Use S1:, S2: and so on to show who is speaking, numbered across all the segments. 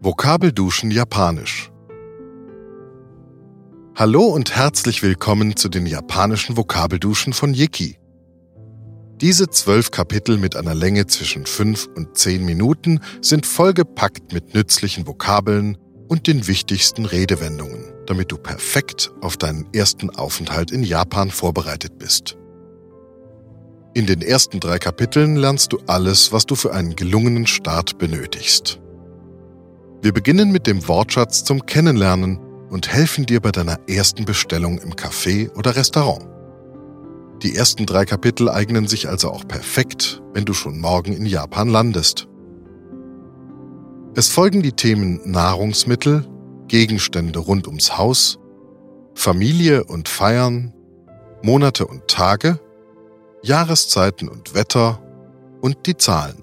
S1: Vokabelduschen Japanisch. Hallo und herzlich willkommen zu den japanischen Vokabelduschen von Yiki. Diese zwölf Kapitel mit einer Länge zwischen fünf und zehn Minuten sind vollgepackt mit nützlichen Vokabeln und den wichtigsten Redewendungen, damit du perfekt auf deinen ersten Aufenthalt in Japan vorbereitet bist. In den ersten drei Kapiteln lernst du alles, was du für einen gelungenen Start benötigst. Wir beginnen mit dem Wortschatz zum Kennenlernen und helfen dir bei deiner ersten Bestellung im Café oder Restaurant. Die ersten drei Kapitel eignen sich also auch perfekt, wenn du schon morgen in Japan landest. Es folgen die Themen Nahrungsmittel, Gegenstände rund ums Haus, Familie und Feiern, Monate und Tage, Jahreszeiten und Wetter und die Zahlen.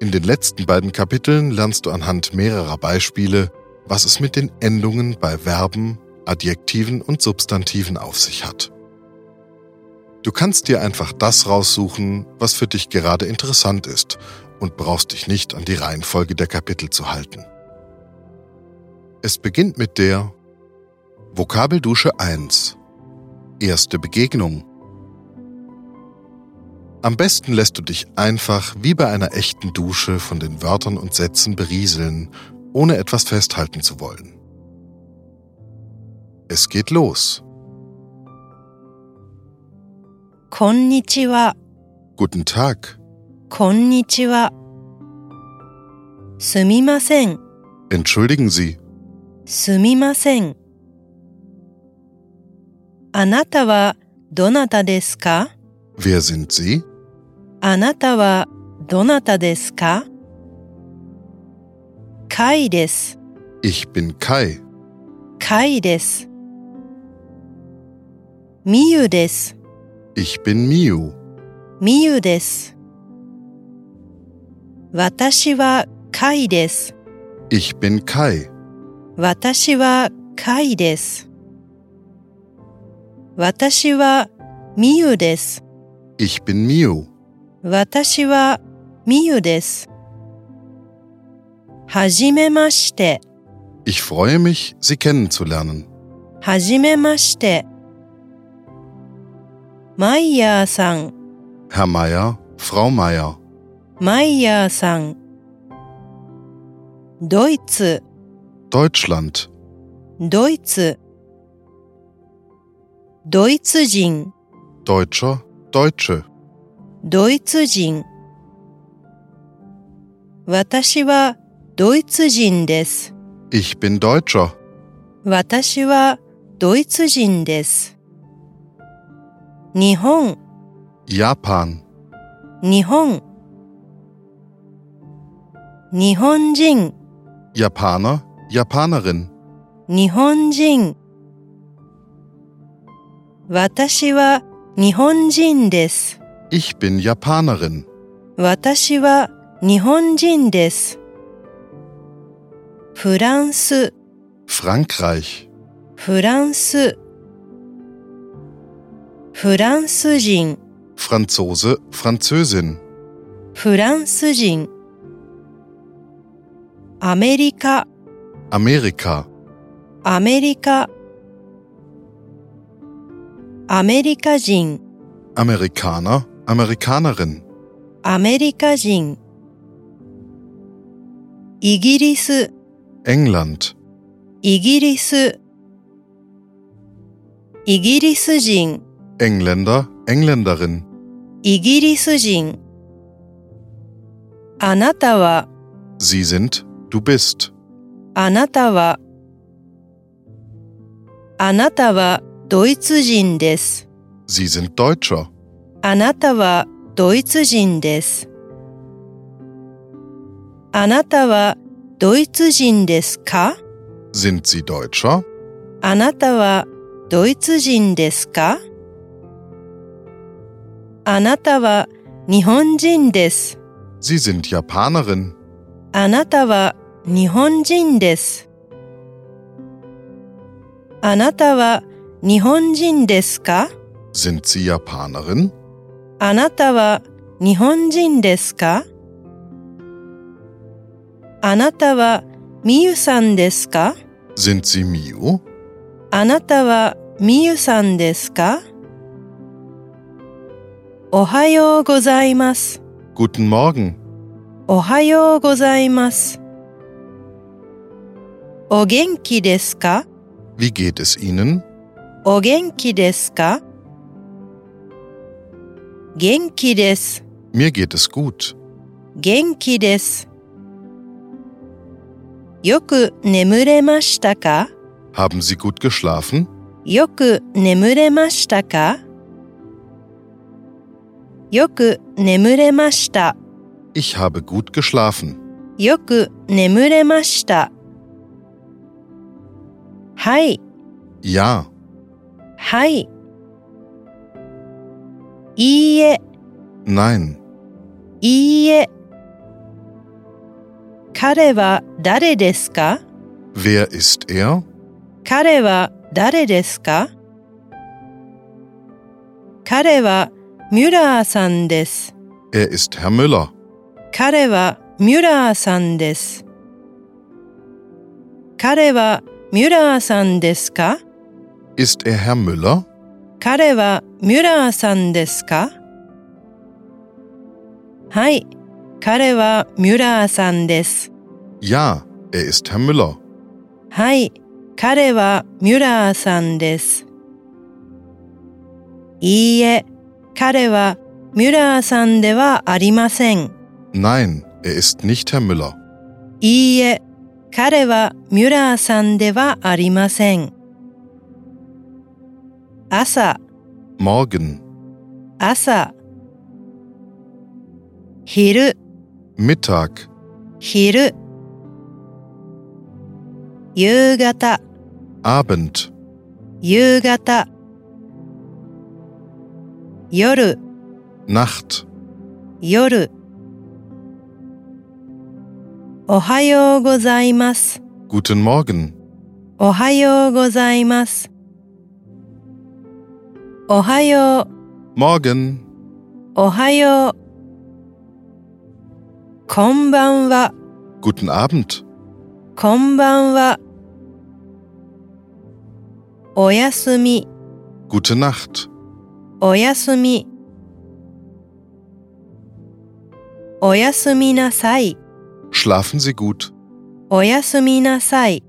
S1: In den letzten beiden Kapiteln lernst du anhand mehrerer Beispiele, was es mit den Endungen bei Verben, Adjektiven und Substantiven auf sich hat. Du kannst dir einfach das raussuchen, was für dich gerade interessant ist und brauchst dich nicht an die Reihenfolge der Kapitel zu halten. Es beginnt mit der Vokabeldusche 1. Erste Begegnung. Am besten lässt du dich einfach wie bei einer echten Dusche von den Wörtern und Sätzen berieseln, ohne etwas festhalten zu wollen. Es geht los.
S2: こんにちは、
S1: Guten Tag.
S2: こんにちは。すみません、
S1: Entschuldigen Sie.
S2: すみません。あなたはどなたですか
S1: Wer sind Sie?
S2: あなたはどなたですか貝です、
S1: Ich bin Kai.
S2: 貝です。みゆです、
S1: Ich bin Miu.
S2: みゆです。私は貝です。
S1: Ich bin Kai.
S2: 私は貝です。私はみゆです。
S1: Ich bin Miu.
S2: 私はみゆです。はじめまして、
S1: Ich freue mich, Sie kennenzulernen.
S2: はじめまして。マイヤーさん、
S1: Herr Meier, Frau Meier.
S2: マイヤーさん。ドイツ、
S1: Deutschland.
S2: ドイツ。ドイツ人、
S1: Deutscher, Deutsche.
S2: ドイツ人私はドイツ人です。
S1: Ich bin Deutscher.
S2: 私はドイツ人です。日本、
S1: Japan.
S2: 日本。日本人、
S1: Japaner, Japanerin.
S2: 日本人。私は日本人です。
S1: Ich bin Japanerin.
S2: 私は日本人です。フランス、
S1: Frankreich.
S2: フランス。フランス人、
S1: Franzose, Französin.
S2: フランス人。アメリカ、
S1: Amerika.
S2: アメリカ。アメリカ人、
S1: Amerikaner, Amerikanerin.
S2: アメリカ人。イギリス、
S1: England.
S2: イギリスイギリス人
S1: Engländer, Engländerin.
S2: イギリス人あなたは
S1: Sie sind, du bist.
S2: あなたはあなたはドイツ人です。
S1: Sie sind Deutscher.
S2: あなたはドイツ人です。あなたはドイツ人ですか
S1: Sind Sie Deutscher?
S2: あなたはドイツ人ですかあなたは日本人です。
S1: Sie sind Japanerin.
S2: あなたは日本人です。あなたは日本人ですか
S1: Sind Sie Japanerin?
S2: あなたは日本人ですかあなたはみゆさんですか
S1: Sind Sie Miu?
S2: あなたはみゆさんですかおはようございます。
S1: Guten Morgen.
S2: おはようございます。お元気ですか
S1: Wie geht es Ihnen?
S2: お元気ですか元気です。
S1: Mir geht es gut.
S2: 元気です。よく眠れましたか
S1: Haben Sie gut geschlafen?
S2: よく眠れましたかよく眠れました。
S1: Ich habe gut geschlafen.
S2: よく眠れました。はい、
S1: Ja.
S2: はい。いいえ、
S1: Nein.
S2: いいえ。彼は誰ですか
S1: Wer ist er?
S2: 彼は誰ですか彼はミュラーさんです。
S1: Er ist Herr Müller.
S2: 彼はミュラーさんです。彼はミュラーさんですか
S1: Ist er Herr Müller?
S2: 彼はミュラーさんですかはい、彼はミュラーさんです。
S1: Ja, er ist Herr Müller.
S2: はい、彼はミュラーさんです。いいえ、彼はミュラーさんではありません。
S1: Nein, er ist nicht Herr Müller.
S2: いいえ、彼はミュラーさんではありません。朝、
S1: Morgen,
S2: 朝。昼、
S1: Mittag,
S2: 昼。夕方、
S1: Abend,
S2: 夕方。夜、
S1: Nacht.
S2: 夜。おはようございます。
S1: Guten Morgen.
S2: おはようございます。おはよ
S1: Morgen.
S2: う、おはよう。こんばんは、
S1: Guten Abend.
S2: こんばんは。おやすみ、
S1: Gute Nacht.
S2: おやすみ。おやすみなさい、
S1: Schlafen Sie gut.
S2: おやすみなさい。